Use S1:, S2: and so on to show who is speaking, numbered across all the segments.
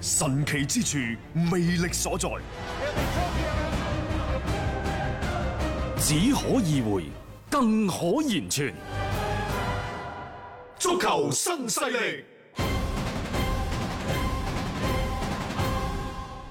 S1: 神奇之處，魅力所在，
S2: 只可意會，更可言傳。
S3: 足球新勢力，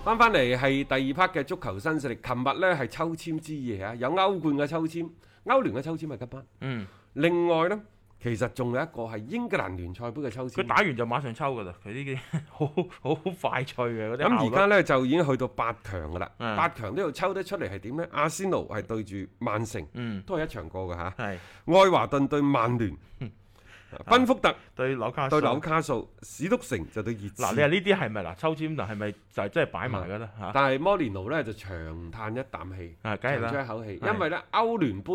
S4: 翻翻嚟係第二 part 嘅足球新勢力。琴日呢係抽籤之夜啊，有歐冠嘅抽籤，歐聯嘅抽籤係吉班。
S5: 嗯，
S4: 另外呢，其實仲有一個係英格蘭聯賽杯嘅抽籤。
S5: 佢打完就馬上抽㗎啦，佢呢啲 好好快脆嘅嗰啲效
S4: 咁
S5: 率。
S4: 而家呢，就已經去到八強噶啦，
S5: 嗯
S4: 八強呢度抽得出嚟係點呢？阿仙奴係對住曼城，
S5: 嗯
S4: 都係一場過嘅嚇。
S5: 係
S4: 愛華頓對曼聯，
S5: 嗯
S4: 賓福特
S5: 對紐卡
S4: 對
S5: 素
S4: 紐卡素，史篤城就對熱刺。
S5: 啊嗱，你話呢啲係咪嗱抽籤嗱係咪就係真係擺埋㗎啦嚇？
S4: 但係摩連奴呢，就長嘆一啖氣，
S5: 啊梗係啦
S4: 長出一口氣，
S5: 係
S4: 因為呢歐聯杯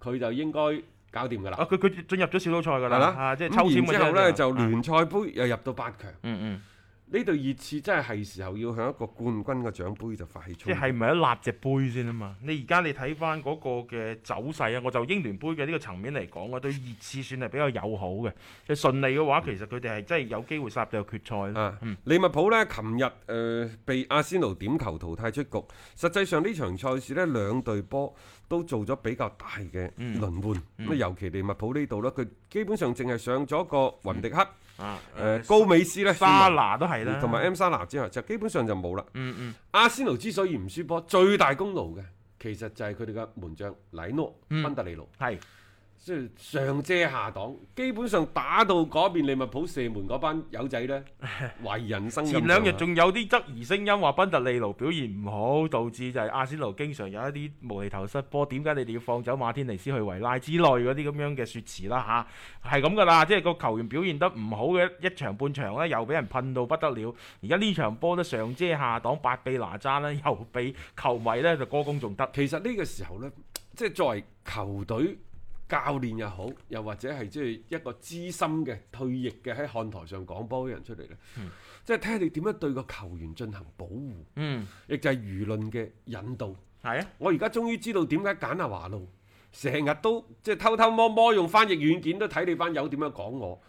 S4: 佢就應該搞掂㗎啦
S5: 啊，。佢佢進入咗小組賽㗎
S4: 係
S5: 啦，
S4: 啦，
S5: 啊即係
S4: 咁
S5: 抽籤
S4: 然
S5: 嘅啫
S4: 之後呢，就
S5: 啊
S4: 聯賽杯又入到八強。
S5: 嗯嗯。
S4: 呢隊熱刺真係係時候要向一個冠軍嘅獎杯就發起
S5: 即
S4: 衝擊。
S5: 係咪一立隻杯先啊嘛？你而家你睇翻嗰個嘅走勢啊，我就英聯杯嘅呢個層面嚟講，我對熱刺算係比較友好嘅。即係順利嘅話，其實佢哋係真係有機會殺入到決賽
S4: 嗯
S5: 啦。嗯
S4: 啊，利物浦呢，琴日誒被阿仙奴點球淘汰出局。實際上呢場賽事呢，兩隊波都做咗比較大嘅
S5: 嗯
S4: 輪換。咁、啊尤其利物浦呢度呢，佢基本上淨係上咗個雲迪克、誒、呃
S5: 啊，
S4: 高美斯呢，啊
S5: 沙拿都係啦，
S4: 同埋 M 沙拿之後，就基本上就冇啦。
S5: 嗯嗯
S4: 阿仙奴之所以唔輸波，最大功勞嘅其實就係佢哋嘅門將禮諾、
S5: 嗯
S4: 賓特利奴。
S5: 係
S4: 即係上遮下擋，基本上打到嗰邊利物浦射門嗰班友仔 呢，懷疑人生咁啊
S5: 前兩日
S4: 上下
S5: 仲有啲質疑聲音話賓特利奴表現唔好，導致就係阿仙奴經常有一啲無厘頭失波。點解你哋要放走馬天尼斯去維拉之類嗰啲咁樣嘅説辭啦吓，係咁噶啦，即係個球員表現得唔好嘅一場半場呢，又俾人噴到不得了。而家呢場波呢，上遮下擋，八臂拿渣呢，又俾球迷呢就歌功頌德。
S4: 其實呢個時候呢，即係作為球隊教練又好，又或者係即係一個資深嘅退役嘅喺看台上講波嘅人出嚟呢，即係睇下你點樣對個球員進行保護，
S5: 嗯，
S4: 亦就係輿論嘅引導。
S5: 係啊，
S4: 我而家終於知道點解揀阿華路，成日都即係偷偷摸摸用翻譯軟件都睇你班友點樣講我。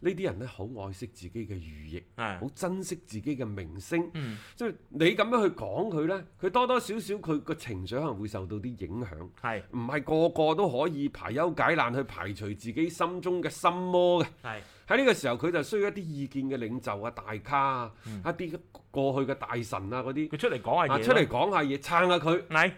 S4: 呢啲人呢，好愛惜自己嘅羽翼，
S5: 係
S4: 好珍惜自己嘅名聲。
S5: 嗯
S4: 即係你咁樣去講佢呢，佢多多少少佢個情緒可能會受到啲影響。
S5: 係
S4: 唔係個個都可以排憂解難去排除自己心中嘅心魔嘅。
S5: 係
S4: 喺呢個時候，佢就需要一啲意見嘅領袖啊、大咖啊、一啲過去嘅大神啊嗰啲
S5: 嗯佢出嚟講下
S4: 啊
S5: 嘢
S4: 出
S5: 啦
S4: 嚟講下嘢，撐下佢。
S5: 係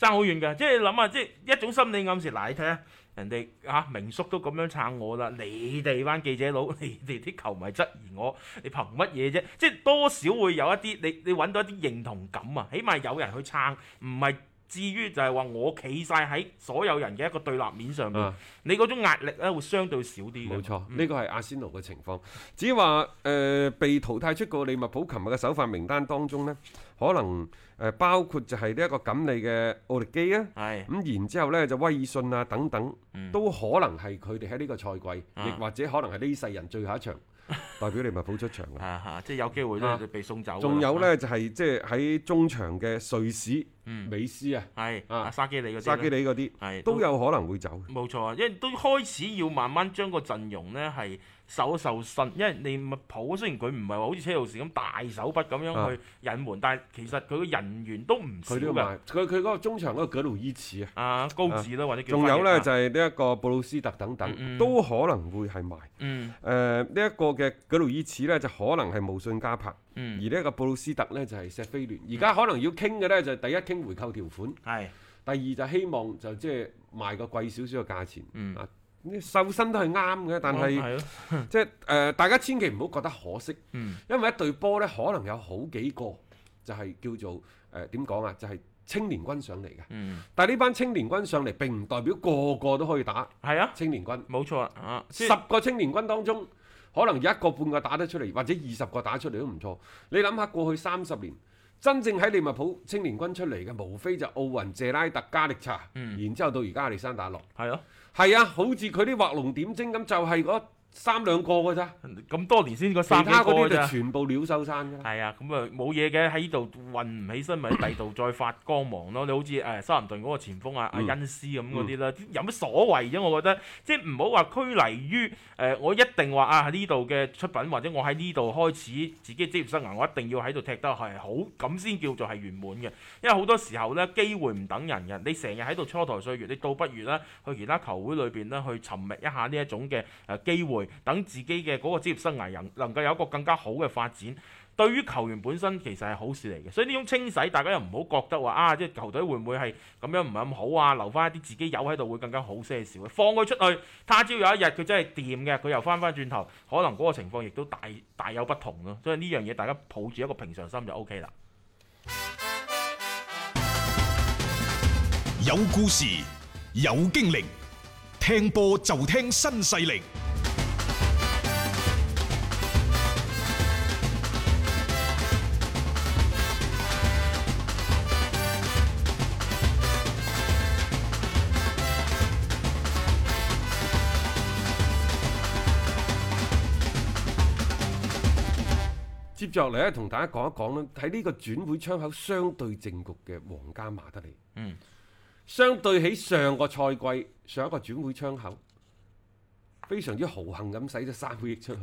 S5: 爭好遠㗎，即係你諗下，即係一種心理暗示。嗱，你睇下人哋嚇、啊明叔都咁樣撐我啦，你哋班記者佬， 你哋啲球迷質疑我，你憑乜嘢啫？即係多少會有一啲你你揾到一啲認同感啊，起碼有人去撐，唔係。至於就係話我企晒喺所有人嘅一個對立面上面，
S4: 啊
S5: 你嗰種壓力咧會相對少啲嘅。嗯
S4: 冇錯，呢個係阿仙奴嘅情況。只話誒、呃被淘汰出個利物浦，琴日嘅首發名單當中呢，可能誒、呃包括就係呢一個錦鯉嘅奧力基啊，
S5: 係
S4: 咁然之後呢，就威爾遜啊等等，都可能係佢哋喺呢個賽季，亦、
S5: 嗯啊
S4: 或者可能係呢世人最後一場 代表利物浦出場嘅。
S5: 啊啊，即係有機會
S4: 啊
S5: 咧就被送走㗎啦。
S4: 仲有呢，就係即係喺中場嘅瑞士、美斯啊、
S5: 係
S4: 啊
S5: 啊沙基嗯里嗰啲
S4: 沙
S5: 呢
S4: 基里嗰啲，
S5: 係
S4: 都有可能會走。
S5: 冇錯啊，因為都開始要慢慢將個陣容呢係搜一搜身，因為利物浦雖然佢唔係話好似車路士咁大手筆咁
S4: 啊
S5: 樣去引援，但係其實佢嘅人員都唔少
S4: 佢都
S5: 㗎。
S4: 賣，佢佢嗰個中場嗰個葛魯伊茨啊。
S5: 啊，高智啦，或者叫
S4: 仲有呢，
S5: 翻譯啊
S4: 就係呢一個布魯斯特等等，
S5: 嗯嗯
S4: 都可能會係賣。
S5: 嗯
S4: 誒呢一個嘅舉路爾茨呢，就可能係無信加拍，而
S5: 嗯
S4: 呢一個布魯斯特呢，就係石飛聯。而家可能要傾嘅呢，就係第一傾回購條款，
S5: 係
S4: 第二就希望就即係賣個貴少少嘅價錢。
S5: 嗯
S4: 啊，呢瘦身都係啱嘅，但
S5: 啱
S4: 係
S5: 係咯啊
S4: 即係誒大家千祈唔好覺得可惜，
S5: 嗯
S4: 因為一隊波呢，可能有好幾個就係叫做誒點講啊，就係青年軍上嚟嘅。
S5: 嗯
S4: 但係呢班青年軍上嚟並唔代表個個都可以打
S5: 係啊，
S4: 青年軍。
S5: 冇錯啦啊，即
S4: 十
S5: 係
S4: 個青年軍當中，可能有一個半個打得出嚟，或者二十個打出嚟都唔錯。你諗下過去三十年。真正喺利物浦青年軍出嚟嘅，無非就奧運、謝拉特、加力查，
S5: 嗯
S4: 然之後到而家亞歷山大洛。
S5: 係咯，
S4: 係啊，好似佢啲畫龍點睛咁，就係嗰三兩個嘅咋，
S5: 咁多年先個
S4: 其
S5: 三幾
S4: 他
S5: 個
S4: 嗰啲
S5: 嘅
S4: 就
S5: 啫。
S4: 全部鳥獸散㗎啦。
S5: 係啊，咁啊冇嘢嘅，喺呢度混唔起身，咪喺第二度再發光芒咯。你好似誒沙林頓嗰個前鋒啊，阿
S4: 嗯
S5: 恩斯咁嗰啲啦，有乜所謂啫？我覺得即係唔好話拘泥於誒、我一定話啊呢度嘅出品，或者我喺呢度開始自己職業生涯，我一定要喺度踢得係好，咁先叫做係圓滿嘅。因為好多時候咧，機會唔等人嘅，你成日喺度蹉跎歲月，你倒不如咧去其他球會裏邊咧去尋覓一下呢一種嘅誒機會，等自己嘅嗰個職業生涯能能夠有一個更加好嘅發展。對於球員本身其實係好事嚟嘅，所以呢種清洗大家又唔好覺得話啊，即係球隊會唔會係咁樣唔係咁好啊？留翻一啲自己有喺度會更加好些少嘅，放佢出去，他朝有一日佢真係掂嘅，佢又翻翻轉頭，可能嗰個情況亦都大大有不同咯。所以呢樣嘢大家抱住一個平常心就 O K 啦。
S3: 有故事，有經歷，聽波就聽新勢力。
S4: 接著嚟咧，同大家講一講啦，喺呢個轉會窗口相對正局嘅皇家馬德里，
S5: 嗯，
S4: 相對起上個賽季上一個轉會窗口，非常之豪行咁使咗三個億出去。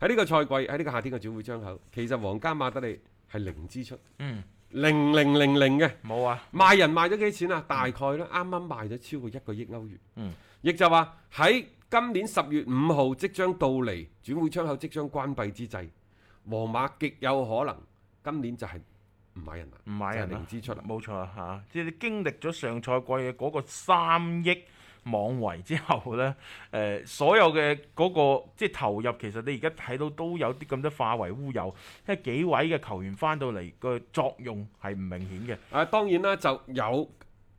S4: 喺呢個賽季喺呢個夏天嘅轉會窗口，其實皇家馬德里係零支出，
S5: 嗯，
S4: 零零零零嘅。
S5: 冇啊，
S4: 賣人賣咗幾錢啊？大概咧，啱啱賣咗超過一個億歐元。
S5: 嗯，
S4: 亦就話喺今年十月五號即將到嚟轉會窗口即將關閉之際，皇馬極有可能今年就係唔買人啦，
S5: 唔買
S4: 就
S5: 人
S4: 係
S5: 啦
S4: 零支出啦。
S5: 冇錯啊，嚇！即係你經歷咗上賽季嘅嗰個三億妄為之後呢，誒、 所有嘅嗰、個即係投入，其實你而家睇到都有啲咁多化為烏有，即係幾位嘅球員翻到嚟個作用係唔明顯嘅。
S4: 啊，當然啦，就有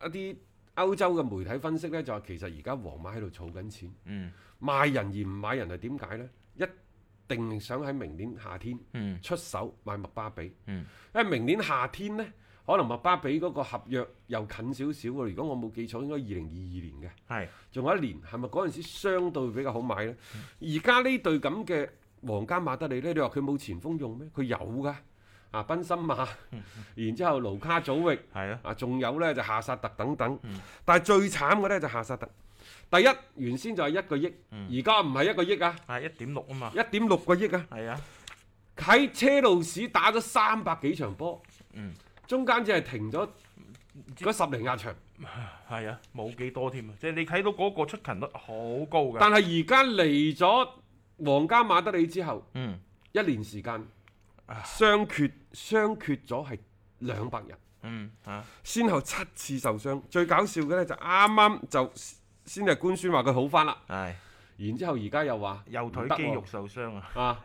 S4: 一啲歐洲嘅媒體分析呢，就話其實而家皇馬喺度儲緊錢，
S5: 嗯
S4: 賣人而唔買人係點解呢？一定想喺明年夏天。
S5: 嗯
S4: 出手買麥巴比。
S5: 嗯
S4: 因為明年夏天呢，可能麥巴比嗰個合約又近少少喎。如果我冇記錯，應該二零二二年嘅，
S5: 係
S4: 仲有一年，係咪嗰陣時相對比較好買呢？
S5: 嗯
S4: 而家呢隊咁嘅皇家馬德里呢，你話佢冇前鋒用咩？佢有㗎。啊，賓森馬，
S5: 嗯
S4: 然之後盧卡祖域，
S5: 係啊，
S4: 啊，仲有呢就夏薩特等等。
S5: 嗯
S4: 但係最慘嘅呢就夏薩特，第一原先就係一個億，而家唔係一個億啊，
S5: 係一點六嗯啊嘛，
S4: 一點六個億啊。
S5: 係啊，
S4: 喺車路士打咗三百幾場波，
S5: 嗯
S4: 中間只係停咗嗰十零廿場，
S5: 嗯係啊，冇幾多添啊！即係你睇到嗰個出勤率好高㗎。
S4: 但係而家嚟咗皇家馬德里之後，
S5: 嗯
S4: 一年時間相缺相缺咗係兩百人，
S5: 嗯啊
S4: 先後七次受傷。最搞笑嘅呢，就啱啱就先係官宣話佢好翻啦，
S5: 係
S4: 然之後而家又話
S5: 右腿
S4: 唔得
S5: 肌肉
S4: 喎
S5: 受傷啊！
S4: 啊，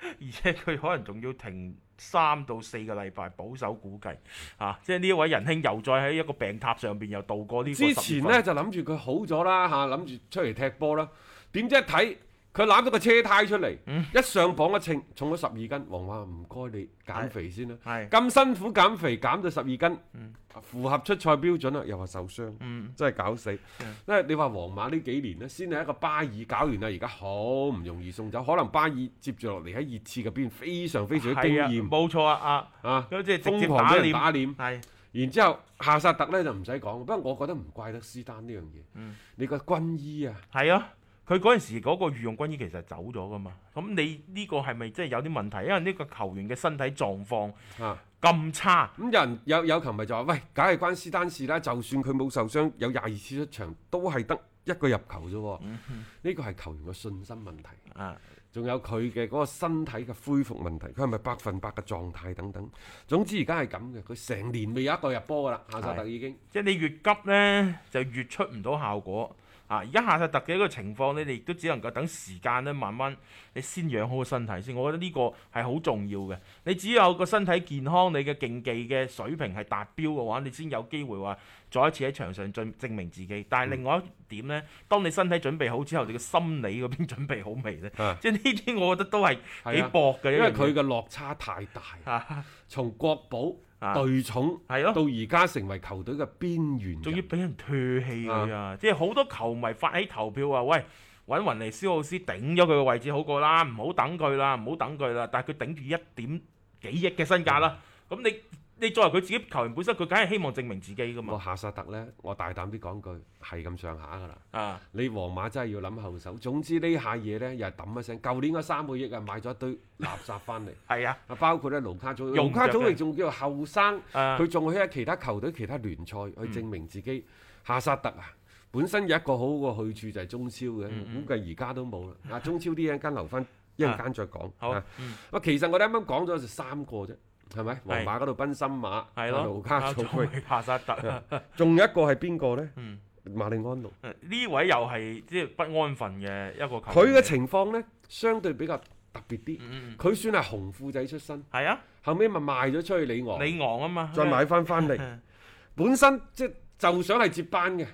S5: 而且佢可能仲要停三到四個禮拜，保守估計啊！即係呢位仁兄又再喺一個病榻上邊又度過呢個
S4: 之
S5: 10月
S4: 前
S5: 份
S4: 呢，就諗住佢好咗啦嚇，諗住出嚟踢波啦，點知一睇佢攬咗個車胎出嚟，
S5: 嗯
S4: 一上磅一稱重咗十二斤，黃話唔該你減肥先啦，
S5: 係
S4: 咁辛苦減肥減到十二斤，
S5: 嗯
S4: 符合出賽標準啊啦，又話受傷，真係搞死。
S5: 嗯
S4: 因為你話皇馬呢幾年呢，先係一個巴爾搞完啦，而家好唔容易送走，可能巴爾接住落嚟喺熱刺嗰邊非常非常之經
S5: 係啊，
S4: 驗
S5: 冇錯啊
S4: 啊
S5: 啊！，咁即係直
S4: 瘋
S5: 接
S4: 狂俾人
S5: 打
S4: 打臉
S5: 臉，。係
S4: 然之後夏薩特呢就唔使講，不過我覺得唔怪得斯丹呢樣嘢。
S5: 嗯
S4: 你個軍醫啊，
S5: 係啊！佢嗰陣時嗰個御用軍醫其實走咗噶嘛，咁你呢個係咪真係有啲問題？因為呢個球員嘅身體狀況
S4: 啊
S5: 咁差，
S4: 咁有人有有球迷就話：喂，梗係關斯丹事啦！就算佢冇受傷，有廿二次出場都係得一個入球啫喎。
S5: 嗯
S4: 呢個係球員嘅信心問題，
S5: 啊
S4: 仲有佢嘅嗰個身體嘅恢復問題，佢係咪百分百嘅狀態等等。總之而家係咁嘅，佢成年未有一個入波㗎啦，夏薩特已經。
S5: 即係你越急呢，就越出唔到效果。啊，而家夏薩特嘅一個情況咧，你亦都只能夠等時間咧，慢慢你先養好個身體先。我覺得呢個係好重要嘅。你只有個身體健康，你嘅競技嘅水平係達標嘅話，你先有機會話再一次喺場上進證明自己。但係另外一點呢，當你身體準備好之後，你嘅心理嗰邊準備好未呢？
S4: 啊
S5: 即係呢啲，我覺得都係
S4: 係
S5: 幾
S4: 啊
S5: 薄嘅一
S4: 因
S5: 樣嘢，
S4: 為佢嘅落差太大，
S5: 啊
S4: 從國寶
S5: 啊
S4: 對重
S5: 係
S4: 到
S5: 咯。
S4: 而家成為球隊嘅邊緣人，
S5: 仲要俾人唾棄佢啊！即係好多球迷發起投票話：喂，揾雲尼斯奧斯頂咗佢個位置好過啦，唔好等佢啦，唔好等佢啦。但係佢頂住一點幾億嘅身價啦，
S4: 嗯
S5: 咁你你作為佢自己球員本身，佢梗係希望證明自己噶
S4: 我
S5: 嘛
S4: 夏薩特呢，我大膽啲講句，係咁上下㗎啦。
S5: 啊！
S4: 你皇馬真係要諗後手。總之呢下嘢呢，又係抌一聲。舊年嗰三個億啊，買咗一堆垃圾翻嚟，
S5: 係啊，
S4: 啊包括咧盧卡祖，
S5: 用
S4: 盧卡祖
S5: 唔着嘅
S4: 亦仲叫後生，
S5: 啊嗯
S4: 佢仲去喺其他球隊、其他聯賽去證明自己。夏薩特啊，本身有一個好嘅去處就係中超嘅，
S5: 嗯
S4: 估計而家都 冇啦。啊，中超啲一陣間留翻一陣間再講。
S5: 好嗯
S4: 啊，喂，其實我哋啱啱講咗就三個啫，係咪？皇
S5: 係
S4: 馬嗰度賓森馬，
S5: 係
S4: 啊
S5: 咯，
S4: 盧卡祖
S5: 仲，係帕薩特啊
S4: 仲有一個係邊個呢？
S5: 嗯
S4: 馬利安奴。
S5: 呢位又係即係不安分嘅一個球
S4: 佢
S5: 員
S4: 嘅情況呢，相對比較特別啲。
S5: 嗯嗯
S4: 佢算係紅褲仔出身，
S5: 係啊，
S4: 後尾咪賣咗出去里昂，
S5: 李昂啊嘛，
S4: 哦再買翻 翻嚟。本身即係就想係接班嘅，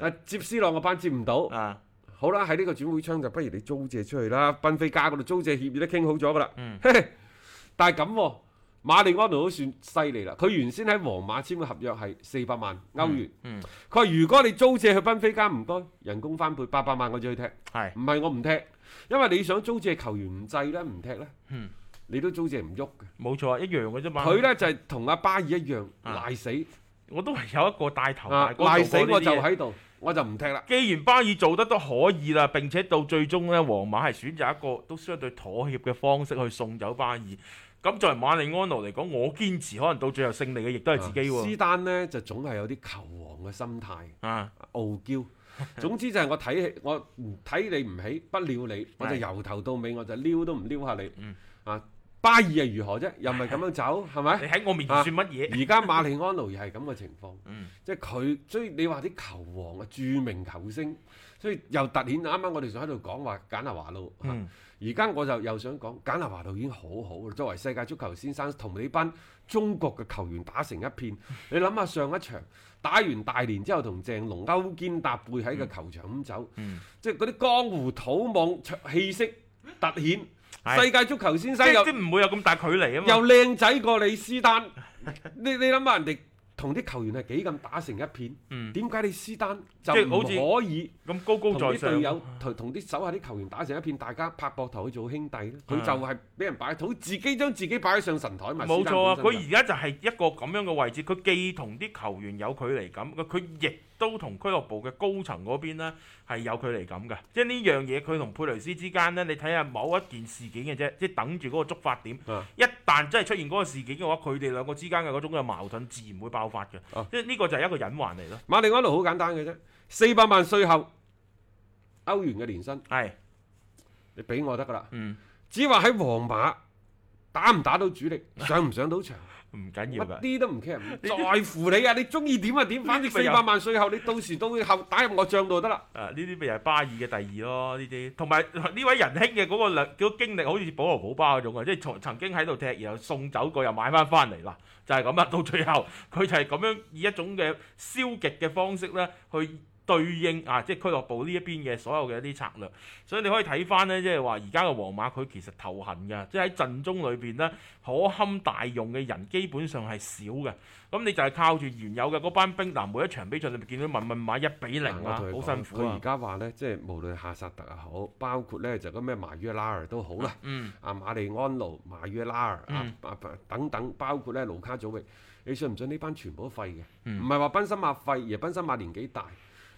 S4: 啊接 C 朗個班接唔到。
S5: 啊，
S4: 好啦，喺呢個轉會窗就不如你租借出去啦。賓菲加嗰度租借協議都傾好咗噶啦。
S5: 嗯
S4: 但係咁喎，馬利安奴都算犀利啦。佢原先喺皇馬簽嘅合約係四百萬歐元。
S5: 嗯，
S4: 佢話、如果你租借去賓菲加唔該，人工翻倍八百萬我就去踢。
S5: 係
S4: 唔係我唔踢，因為你想租借球員唔制咧，唔踢咧，
S5: 嗯
S4: 你都租借唔喐嘅。
S5: 冇錯，一樣嘅啫嘛。
S4: 佢咧就係同阿巴爾一樣
S5: 啊
S4: 賴死
S5: 我都係有一個帶頭
S4: 啊
S5: 大，哥
S4: 賴死
S5: 做過
S4: 我
S5: 呢啲
S4: 就
S5: 嘢
S4: 喺度，我就唔踢啦。
S5: 既然巴爾做得都可以啦，並且到最終呢，皇馬係選擇一個都相對妥協嘅方式去送走巴爾。咁作為馬里安奴嚟講，我堅持可能到最後勝利嘅亦都係自己
S4: 啊斯
S5: 喎。
S4: 丹呢就總係有啲球王嘅心態，
S5: 啊，
S4: 傲嬌。總之就係我睇起，我唔睇你唔起，不了你，我就由頭到尾我就撩都唔撩下你。啊，巴爾係如何啫？又唔係咁樣走，係咪
S5: 你？喺我面
S4: 啊
S5: 前算乜嘢？
S4: 而家馬里安奴又係咁嘅情況，
S5: 嗯
S4: 即係佢，所以你話啲球王啊，著名球星，所以又突顯啱啱我哋仲喺度講話簡拿華路。
S5: 嗯
S4: 而家、我就又想講簡拿華路已經好好啦，作為世界足球先生，同你班中國嘅球員打成一 片。你諗下上一場打完大連之後，同鄭龍勾肩搭背喺個球場咁走，
S5: 嗯
S4: 即係嗰啲江湖土莽氣息突顯。
S5: 係
S4: 世界足球先
S5: 即
S4: 生又
S5: 即唔會有咁大距離啊嘛。
S4: 又靚仔過你斯丹， 你你諗下人哋同啲球員係幾咁打成一片，
S5: 嗯
S4: 點解你斯丹就
S5: 即係
S4: 唔
S5: 好似
S4: 可以
S5: 咁高
S4: 同
S5: 高在
S4: 啲
S5: 上
S4: 隊，友同同啲手下啲球員打成一片，大家拍膊頭去做兄弟咧？佢
S5: 啊
S4: 就係俾人擺，好似自己將自己擺喺上神台嘛。
S5: 冇錯啊！
S4: 斯丹本
S5: 佢
S4: 身就
S5: 而家就係一個咁樣嘅位置，佢既同啲球員有距離感，佢佢亦都同俱樂部嘅高層嗰邊呢係有距離感嘅。即係呢樣嘢，佢同佩雷斯之間呢，你睇下某一件事件嘅啫，即係等住嗰個觸發點。
S4: 啊
S5: 一旦真係出現嗰個事件嘅話，佢哋兩個之間嘅嗰種嘅矛盾自然會爆發嘅。
S4: 啊
S5: 即係呢個就係一個隱患嚟咯。
S4: 馬利安奴好簡單嘅啫，四百萬税後歐元嘅年薪，
S5: 係，
S4: 你俾我得噶啦。
S5: 嗯，
S4: 只話喺皇馬打唔打到主力，上唔上到場。
S5: 唔緊要
S4: 乜
S5: 嘅。
S4: 啲都唔 care，唔在乎你啊！你中意點就點，反正四百萬税後你到時都會後打入我帳度得啦。
S5: 誒啊呢啲咪又係巴爾嘅第二咯，呢啲同埋呢位仁兄嘅嗰個兩嗰個經歷，好似保羅保巴嗰種啊，即係曾曾經喺度踢，然後送走過又買翻翻嚟啦，就係咁啦。到最後佢就係咁樣以一種嘅消極嘅方式咧，去對應啊，即係俱樂部呢一邊嘅所有嘅一啲策略。所以你可以睇翻咧，即係話而家嘅皇馬佢其實頭痕㗎，即係喺陣中裏邊咧可堪大用嘅人基本上係少嘅。咁你就係靠住原有嘅嗰班兵，嗱每一場比賽你咪見到問問馬一比零
S4: 嗱我
S5: 啊，
S4: 同
S5: 好
S4: 佢
S5: 辛
S4: 講
S5: 苦
S4: 佢而
S5: 啊！
S4: 家話呢，即係無論夏薩特又好，包括呢就嗰咩馬約拉爾都好啦，
S5: 嗯，
S4: 阿馬利安奴、馬約拉爾啊
S5: 嗯
S4: 啊等等，包括呢盧卡祖域，你信唔信呢班全部都廢嘅？
S5: 嗯
S4: 唔係話賓森馬廢，而係賓森馬年紀大，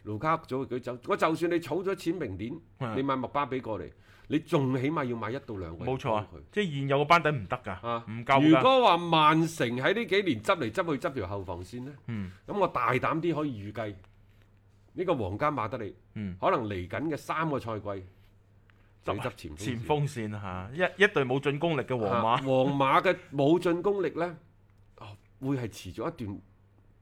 S4: 盧卡祖域佢走。我就算你儲咗錢，明年
S5: 係
S4: 你買麥巴比過嚟，你仲起碼要買一到兩個人
S5: 冇錯啊
S4: 幫佢，
S5: 即係現有個班底唔得㗎
S4: 啊，
S5: 唔夠
S4: 如
S5: 㗎。
S4: 果話曼城喺呢幾年執嚟執去執條後防線呢，
S5: 嗯
S4: 咁我大膽啲可以預計呢、個皇家馬德里
S5: 嗯，
S4: 可能嚟緊嘅三個賽季就要執前鋒線
S5: 前鋒線嚇，一一隊冇進攻力嘅
S4: 啊
S5: 皇馬，
S4: 皇馬嘅冇進攻力呢，哦會係持續一段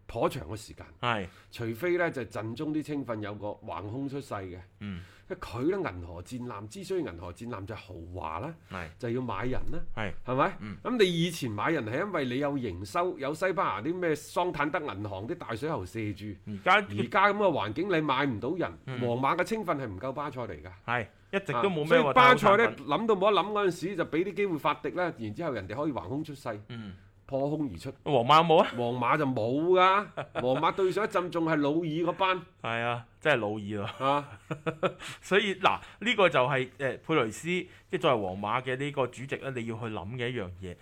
S4: 頗長嘅時間。
S5: 係
S4: 除非呢，就陣中啲青訓有個橫空出世嘅，
S5: 嗯
S4: 佢咧銀河戰艦之所以銀河戰艦就係豪華啦，
S5: 係
S4: 就要買人啦。
S5: 係
S4: 係咪？咁、
S5: 嗯
S4: 你以前買人係因為你有營收，有西班牙啲咩桑坦德銀行啲大水喉射住。
S5: 而家
S4: 而家咁嘅環境，你買唔到人，皇馬嘅青訓係唔夠巴塞嚟㗎。
S5: 係嗯一直
S4: 啊
S5: 都冇
S4: 所
S5: 咩
S4: 以
S5: 話
S4: 巴
S5: 太好
S4: 塞呢
S5: 產品，
S4: 諗到冇得諗嗰陣時，就俾啲機會法迪啦，然之後人哋可以橫空出世，
S5: 嗯
S4: 破空而出。
S5: 皇馬有冇啊？
S4: 皇馬就冇 㗎，皇馬對上一陣仲係老二嗰班
S5: 係啊，真係老二咯。
S4: 啊，
S5: 所以嗱，呢、個就係、誒佩雷斯即係作為皇馬嘅呢個主席咧，你要去諗嘅一樣嘢。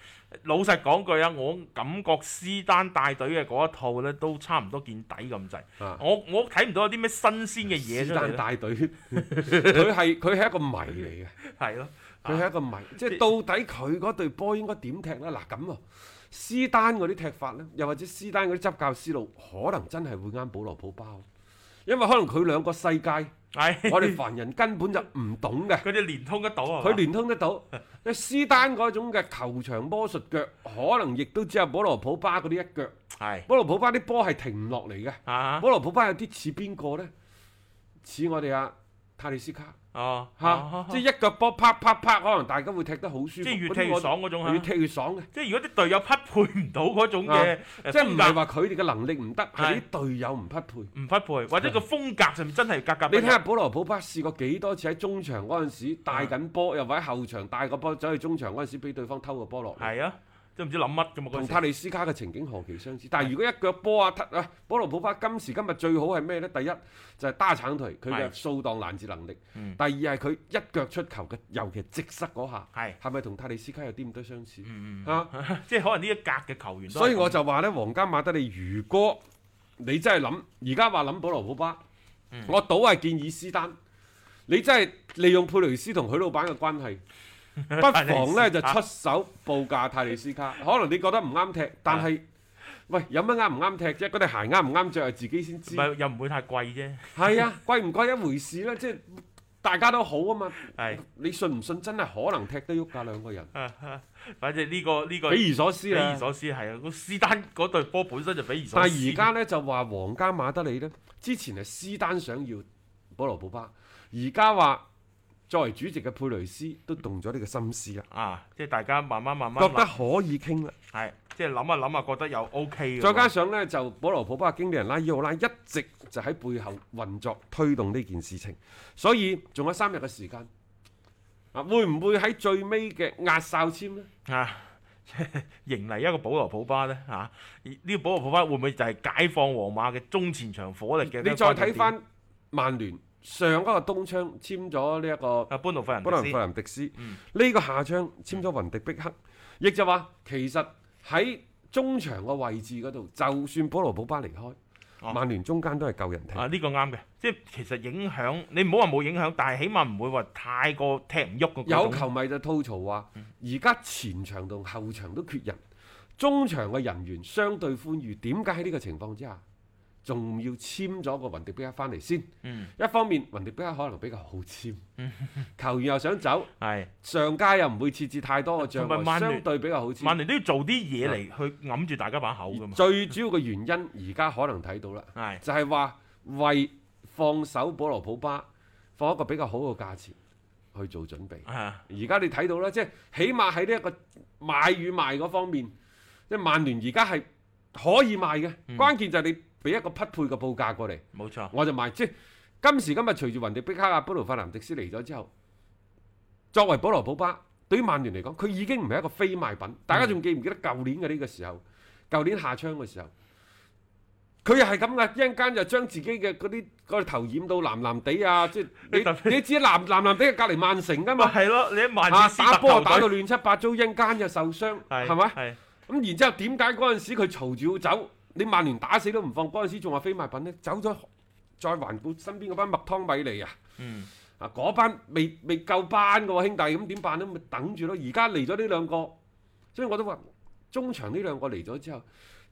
S5: 老實講句啊，我感覺斯丹帶隊嘅嗰一套咧，都差唔多見底咁滯。
S4: 啊
S5: 我我睇唔到有啲咩新鮮嘅嘢
S4: 是
S5: 出嚟
S4: 但
S5: 咯。
S4: 大隊，佢係佢係一個謎嚟嘅。
S5: 係咯，
S4: 佢係一個謎，啊即係到底佢嗰隊波應該點踢呢？嗱咁喎，斯丹嗰啲踢法呢，又或者斯丹嗰啲執教思路，可能真係會啱保羅普巴喎，因為可能佢兩個世 界，
S5: 係
S4: 我哋凡人根本就唔懂 嘅，
S5: 佢哋連通得到啊。
S4: 佢連通得到。斯丹嗰種嘅球場魔術腳，可能亦都只有保羅普巴嗰啲一腳。
S5: 係
S4: 保羅普巴啲波係停唔落嚟嘅。
S5: 啊
S4: 保羅普巴有啲似邊個呢？似我哋阿泰利斯卡。
S5: 哦
S4: 嚇、
S5: 啊
S4: 即係一腳波啪啪啪，可能大家會踢得好舒服，
S5: 即係越
S4: 嗰啲
S5: 踢越
S4: 我
S5: 爽嗰種嚇
S4: 越踢越爽嘅。
S5: 即係如果啲隊友匹配唔到嗰種嘅
S4: 啊，
S5: 誒
S4: 即係唔
S5: 風
S4: 係
S5: 格
S4: 話佢哋嘅能力唔得，係啲
S5: 係
S4: 隊友唔匹配。
S5: 唔匹配，或者個風格上面真係格格不
S4: 你睇。
S5: 入
S4: 下保羅普巴試過幾多次喺中場嗰陣
S5: 啊
S4: 時帶緊波，又或者後場帶個波走去中場嗰陣時，俾對方偷個波落嚟。
S5: 係啊，都唔知諗乜咁嘛嗰
S4: 同
S5: 陣時
S4: 泰利斯卡嘅情景何其相似，但係如果一腳波啊，突啊，保羅普巴今時今日最好係咩呢？第一就係打橙腿，佢嘅
S5: 係
S4: 掃蕩攔截能力；
S5: 嗯
S4: 第二係佢一腳出球嘅，尤其係直塞嗰下，
S5: 係
S4: 係咪同泰利斯卡有啲咁多相似？
S5: 嗯
S4: 啊
S5: 即係可能呢一格嘅球員都係咁。
S4: 所以我就話呢，皇家馬德里如果你真係諗，而家話諗保羅普巴，
S5: 嗯
S4: 我倒係建議斯丹，你真係利用佩雷斯同許老闆嘅關係，不妨呢就出手報價泰利斯卡。可能你覺得唔啱踢，但
S5: 啊
S4: 係喂有乜啱唔啱踢啫？嗰對鞋啱唔啱着係自己先
S5: 唔
S4: 知。
S5: 係又唔會太貴啫，
S4: 係啊，貴唔貴一回事啦，即係大家都好啊嘛。
S5: 係
S4: 你信唔信真係可能踢得喐㗎兩個人？
S5: 反正呢個呢個
S4: 匪夷所思
S5: 匪
S4: 啦
S5: 夷。所思係啊，個斯丹嗰隊波本身就匪夷所
S4: 但
S5: 思。
S4: 係而家呢，就話皇家馬德里呢，之前係斯丹想要保羅普巴，而家話作為主席嘅佩雷斯都動咗呢個心思啦，
S5: 啊，即係大家慢慢慢慢
S4: 覺得
S5: 諗，
S4: 可以傾啦。
S5: 係即係諗下諗下覺得又 OK 嘅喎。
S4: 再加上呢，就保羅普巴嘅經理人拉伊奧拉一直就喺背後運作推動呢件事情，所以仲有三日嘅時間。啊，會唔會喺最尾嘅壓哨簽呢？
S5: 啊， 迎嚟一個保羅普巴咧嚇，啊呢、個保羅普巴會唔會就係解放皇馬嘅中前場火力嘅？
S4: 你再睇，翻曼聯上一個冬窗簽咗呢一個
S5: 阿班奴啊費人
S4: 布倫
S5: 迪斯
S4: 費林迪斯
S5: 嗯
S4: 呢個下窗簽咗雲迪碧克，亦就話其實喺中場個位置嗰度，就算保羅保巴離開，
S5: 哦
S4: 曼聯中間都係夠人踢。
S5: 啊，呢、個啱嘅，即係其實影響你唔好話冇影響，但係起碼唔會話太過踢唔喐嘅
S4: 有
S5: 嗰種
S4: 球迷就吐槽話：
S5: 嗯
S4: 而家前場同後場都缺人，中場嘅人員相對寬裕，點解喺呢個情況之下？仲要簽咗個雲迪比克翻嚟先，
S5: 嗯
S4: 一方面雲迪比克可能比較好 簽，球員又想走，
S5: 係
S4: 上街又唔會設置太多嘅障
S5: 同埋曼
S4: 礙，
S5: 聯
S4: 相對比較好簽。
S5: 曼聯都要做啲嘢嚟去揞住大家把口噶嘛。
S4: 最主要嘅原因而家可能睇到啦，
S5: 係
S4: 就係話為放手保羅普巴放一個比較好嘅價錢去做準備。
S5: 啊，
S4: 而家你睇到啦，即係起碼喺呢一個買與賣嗰方面，即係曼聯而家係可以賣嘅，關鍵就係你俾一個匹配嘅報價過嚟，
S5: 冇錯，
S4: 我就賣。即係今時今日隨住雲迪碧克啊、布魯法南迪斯嚟咗之後，作為保羅普巴，對於曼聯嚟講，佢已經唔係一個非賣品。大家仲記唔記得舊年嘅呢個時候？舊年夏窗嘅時候，佢又係咁嘅，一陣間就將自己嘅嗰啲個頭染到藍藍地啊！即係
S5: 你特
S4: 你
S5: 別
S4: 你知藍藍藍地係隔離曼城㗎
S5: 咪
S4: 嘛？
S5: 係咯，你喺 曼
S4: 啊
S5: 聯！斯特
S4: 打波啊
S5: 球
S4: 打到
S5: 隊
S4: 亂七八糟，一陣間又受傷，
S5: 係
S4: 係咪？
S5: 係
S4: 咁然之後點解嗰陣時佢嘈住要走？你曼聯打死都唔放，嗰陣時仲話非賣品呢？走咗再環顧身邊嗰班麥湯米尼啊！
S5: 嗯
S4: 啊，嗰班未未夠班嘅喎，兄弟，咁點辦呢？咪等住咯。而家嚟咗呢兩個，所以我都話中場呢兩個嚟咗之後，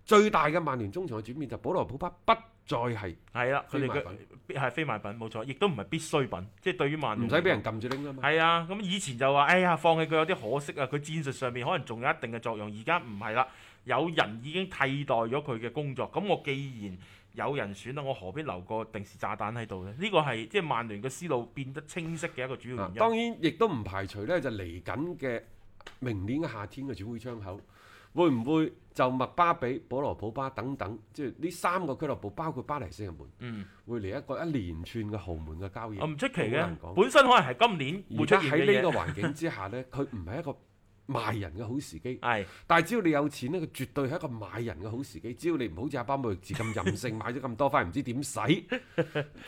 S4: 最大嘅曼聯中場嘅轉變就保羅普巴不再係
S5: 係啦，佢
S4: 非
S5: 哋
S4: 賣
S5: 嘅
S4: 品
S5: 必係非賣品，冇錯，亦都唔係必需品，即係對於曼
S4: 唔
S5: 聯
S4: 使俾人撳住拎啦嘛。
S5: 係啊，咁以前就話，哎呀，放棄佢有啲可惜啊，佢戰術上面可能仲有一定嘅作用，而家唔係啦，有人已經替代咗佢嘅工作，咁我既然有人選啦，我何必留個定時炸彈喺度呢？呢個係即係曼聯嘅思路變得清晰嘅一個主要
S4: 啊
S5: 原因。嗯
S4: 當然亦都唔排除呢，就嚟緊嘅明年嘅夏天嘅轉會窗口，會唔會就麥巴比、保羅普巴等等，即係呢三個俱樂部，包括巴黎聖日門，
S5: 嗯，
S4: 會嚟一個一連串嘅豪門嘅交易。
S5: 啊我唔出奇
S4: 好難
S5: 嘅，
S4: 講
S5: 本身可能係今年
S4: 而
S5: 會出
S4: 家
S5: 現嘅
S4: 喺呢
S5: 嘢。
S4: 個環境之下呢，佢唔係一個賣人嘅好時 機。
S5: 係
S4: 但係只要你有錢呢，佢絕對係一個買人嘅好時機。只要你唔好似阿巴姆治咁任性，買咗咁多翻嚟唔知點 使，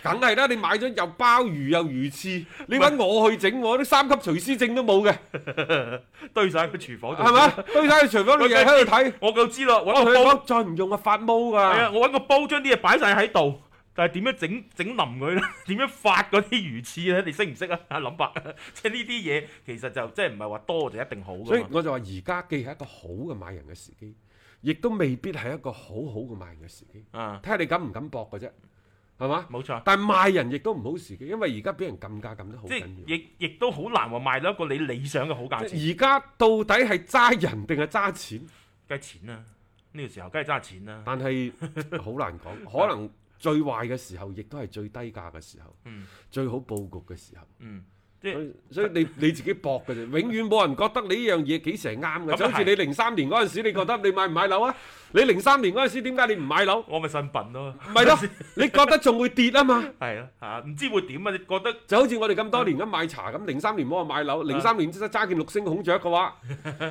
S4: 梗係啦！你買咗又鮑魚又魚翅，你揾我去整，我啲三級廚師證都 冇嘅，
S5: 堆晒喺個廚房度，
S4: 係嘛？堆晒喺廚房，你日日喺度睇。
S5: 我夠知啦，揾個
S4: 佢
S5: 煲，
S4: 講再唔用啊，發毛
S5: 係啊，
S4: 㗎。
S5: 我揾個煲將啲嘢擺晒喺度，但係點樣整整淋佢咧？ 點樣發嗰啲魚翅咧？你識唔識啊？阿林伯， 即係呢啲嘢其實就即係唔係話多就一定好
S4: 所
S5: 㗎
S4: 以
S5: 嘛。
S4: 我就話而家既係一個好嘅買人嘅時機，亦都未必係一個好好嘅賣人嘅時機。
S5: 啊，
S4: 睇下你敢唔敢搏嘅啫，係嘛？
S5: 冇錯，
S4: 但係賣人亦都唔好時機，因為而家俾人撳價撳得好
S5: 即係
S4: 緊要。
S5: 亦亦都好難話賣到一個你理想嘅好價錢。
S4: 而家到底係揸人定係揸錢？
S5: 梗係錢啦，呢個時候梗係揸錢啦。
S4: 但係好 難講，可能最壞嘅時候，亦都係最低價嘅時候，
S5: 嗯
S4: 最好佈局嘅時候。
S5: 嗯，即
S4: 所
S5: 係
S4: 以所 以你你自己搏嘅啫，永遠冇人覺得你呢樣嘢幾時係啱
S5: 咁啊
S4: 嘅。就好似
S5: 係
S4: 你零三年嗰陣時，你覺得你買唔買 樓啊？你零三年嗰陣時點解你唔買樓？
S5: 我咪呻笨咯，
S4: 咪咯，你覺得仲會跌啊嘛？
S5: 係咯嚇，唔知會點啊？你覺得
S4: 就好似我哋咁多年咁買茶咁，零三年冇話買樓，零三年真係揸件六星孔雀嘅 話，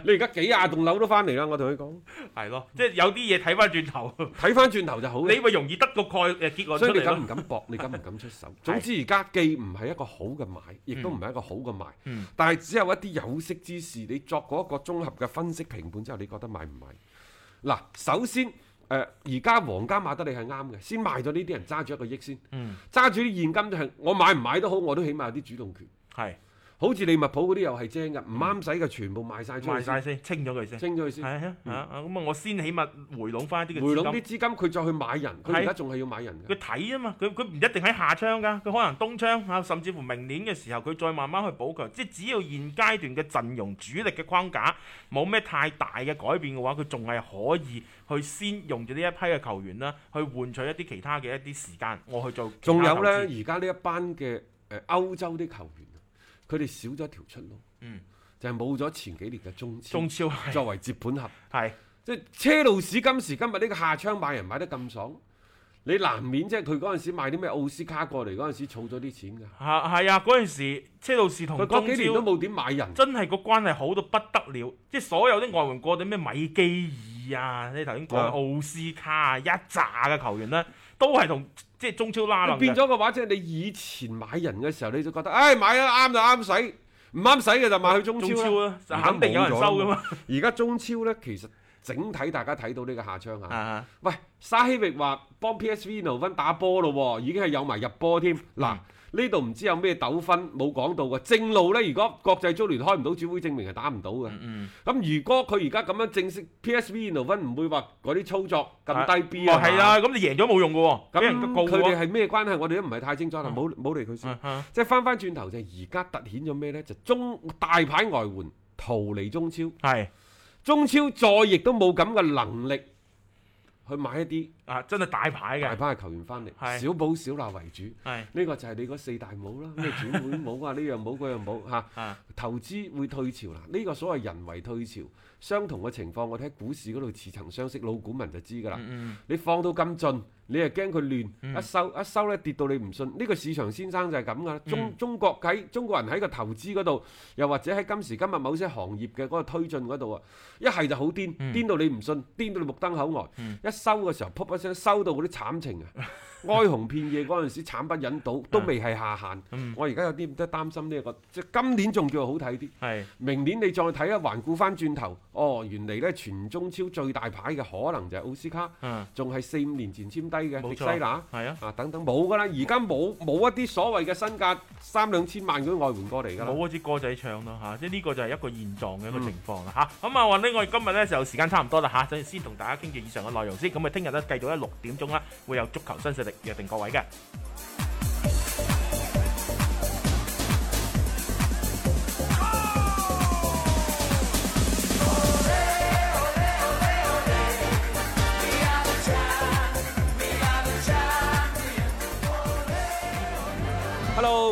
S4: 你而家幾廿棟樓都翻嚟啦！我同你講，
S5: 係咯，即係有啲嘢睇翻轉 頭，
S4: 睇翻轉頭就好啦
S5: 你咪容易得個概誒結論出
S4: 所以你
S5: 嚟
S4: 敢
S5: 咯
S4: 唔。敢搏？你敢唔敢出 手？總之而家既唔係一個好嘅買，亦都唔係一個好嘅賣。
S5: 嗯
S4: 但係只有一啲有識之士，你作過一個綜合嘅分析評判之後，你覺得買唔買？嗱，首先誒，呃而家皇家馬德里係啱嘅，先賣咗呢啲人揸住一個億先，
S5: 嗯，
S4: 揸住啲現金就係我買唔買都好，我都起碼有啲主動權。
S5: 係
S4: 好似利物浦嗰啲又係精嘅，唔
S5: 嗯
S4: 啱使嘅全部賣晒出
S5: 賣
S4: 去
S5: 晒
S4: 先，
S5: 先，清咗佢先。
S4: 清咗佢
S5: 係
S4: 先。
S5: 啊啊啊！咁啊，我先起碼回籠翻啲嘅
S4: 回籠
S5: 資
S4: 啲
S5: 金。
S4: 資金，佢再去買人，佢
S5: 係
S4: 而家仲係要買人
S5: 佢
S4: 嘅。
S5: 睇啊嘛，佢佢唔一定喺下窗㗎，佢可能冬窗啊，甚至乎明年嘅時候佢再慢慢去補強。即係只要現階段嘅陣容主力嘅框架冇咩太大嘅改變嘅話，佢仲係可以去先用住呢一批嘅球員啦，去換取一啲其他嘅一啲時間，我去做其他
S4: 仲有呢，
S5: 投資
S4: 而家呢一班嘅誒歐洲啲球員啊，佢哋少咗一條出路，
S5: 嗯
S4: 就係冇咗前幾年嘅中超
S5: 中超係
S4: 作為接盤俠。
S5: 係
S4: 即係車路士今時今日呢個下窗買人買得咁爽，你難免即係佢嗰陣時買啲咩奧斯卡過嚟嗰陣時，儲咗啲錢㗎。
S5: 啊係啊！嗰陣時車路士同
S4: 佢
S5: 中
S4: 嗰幾年都
S5: 超
S4: 冇點買人。
S5: 真係個關係好到不得了，即係所有啲外援過啲咩米基爾啊，你頭先講
S4: 啊
S5: 奧斯卡啊，一紮嘅球員咧，都係同即係中超拉攏
S4: 變
S5: 嘅。
S4: 咗嘅話，即係你以前買人嘅時候，你就覺得，唉、買啊啱就啱使，唔啱使嘅就買去中
S5: 中
S4: 超
S5: 超
S4: 啦。
S5: 啊，就
S4: 而家
S5: 肯定有人收噶嘛。
S4: 而家中超呢，其實整體大家睇到呢個下窗啊。
S5: 啊，
S4: 喂，沙希域話幫 PSV 諾芬打波咯喎，已經係有埋入波添。嗱，呢度唔知有咩糾紛冇講到嘅。正路呢，如果國際足聯開唔到轉會證明係打唔到嘅。咁、
S5: 嗯，
S4: 如果佢而家咁樣正式 PSV 諾芬唔會話嗰啲操作咁低 B
S5: 哦
S4: 啊。
S5: 係啊，咁你贏咗冇用嘅喎，
S4: 咁
S5: 俾人告
S4: 佢哋
S5: 喎。
S4: 係咩關係？我哋都唔係太清楚啦，冇冇理佢先。
S5: 啊啊
S4: 即係翻翻轉頭就係而家突顯咗咩呢？就中大牌外援逃離中超，
S5: 係
S4: 中超再亦都冇咁嘅能力去買一啲
S5: 啊，真係大牌
S4: 大
S5: 嘅，
S4: 牌嘅球員翻
S5: 係
S4: 嚟，小補小鬧為主。
S5: 係
S4: 呢個就係你嗰四大帽啦，咩轉會帽啊，呢樣帽嗰樣帽嚇。
S5: 啊，
S4: 投資會退潮啦，呢、個所謂人為退潮，相同嘅情況我睇喺股市嗰度似曾相識，老股民就知㗎啦。你放到咁盡，你係驚佢亂，一收一收咧跌到你唔信。呢、個市場先生就係咁㗎啦。中、中國喺中國人喺個投資嗰度，又或者喺今時今日某些行業嘅嗰個推進嗰度啊，一係就好癲，癲到你唔信，癲到你目瞪口呆。一收嘅時候，噗一我想收到嗰啲慘情啊，哀鴻遍野嗰陣時慘不忍睹，都未係下限。
S5: 嗯
S4: 我而家有啲都擔心呢、一個，即係今年仲叫好睇啲。
S5: 係
S4: 明年你再睇啊，環顧翻轉頭，哦，原嚟呢全中超最大牌嘅可能就係奧斯卡，
S5: 嗯
S4: 仲係四五年前簽低嘅
S5: 冇
S4: 迪西
S5: 錯，
S4: 拿。
S5: 係啊，
S4: 啊！等等冇噶啦，而家冇冇一啲所謂嘅身價三兩千萬嗰啲外援過嚟噶
S5: 冇
S4: 啦。
S5: 嗰支歌仔唱咯嚇，即係呢個就係一個現狀嘅一個情況
S4: 嗯
S5: 啦嚇。咁啊，話呢，我哋今日咧就時間差唔多啦嚇，所以先同大家傾住以上嘅內容先。咁啊，聽日咧繼續咧六點鐘啦，會有足球新勢力約定各位嘅。
S4: Hello，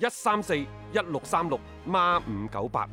S4: 一三四一六三六孖五九八。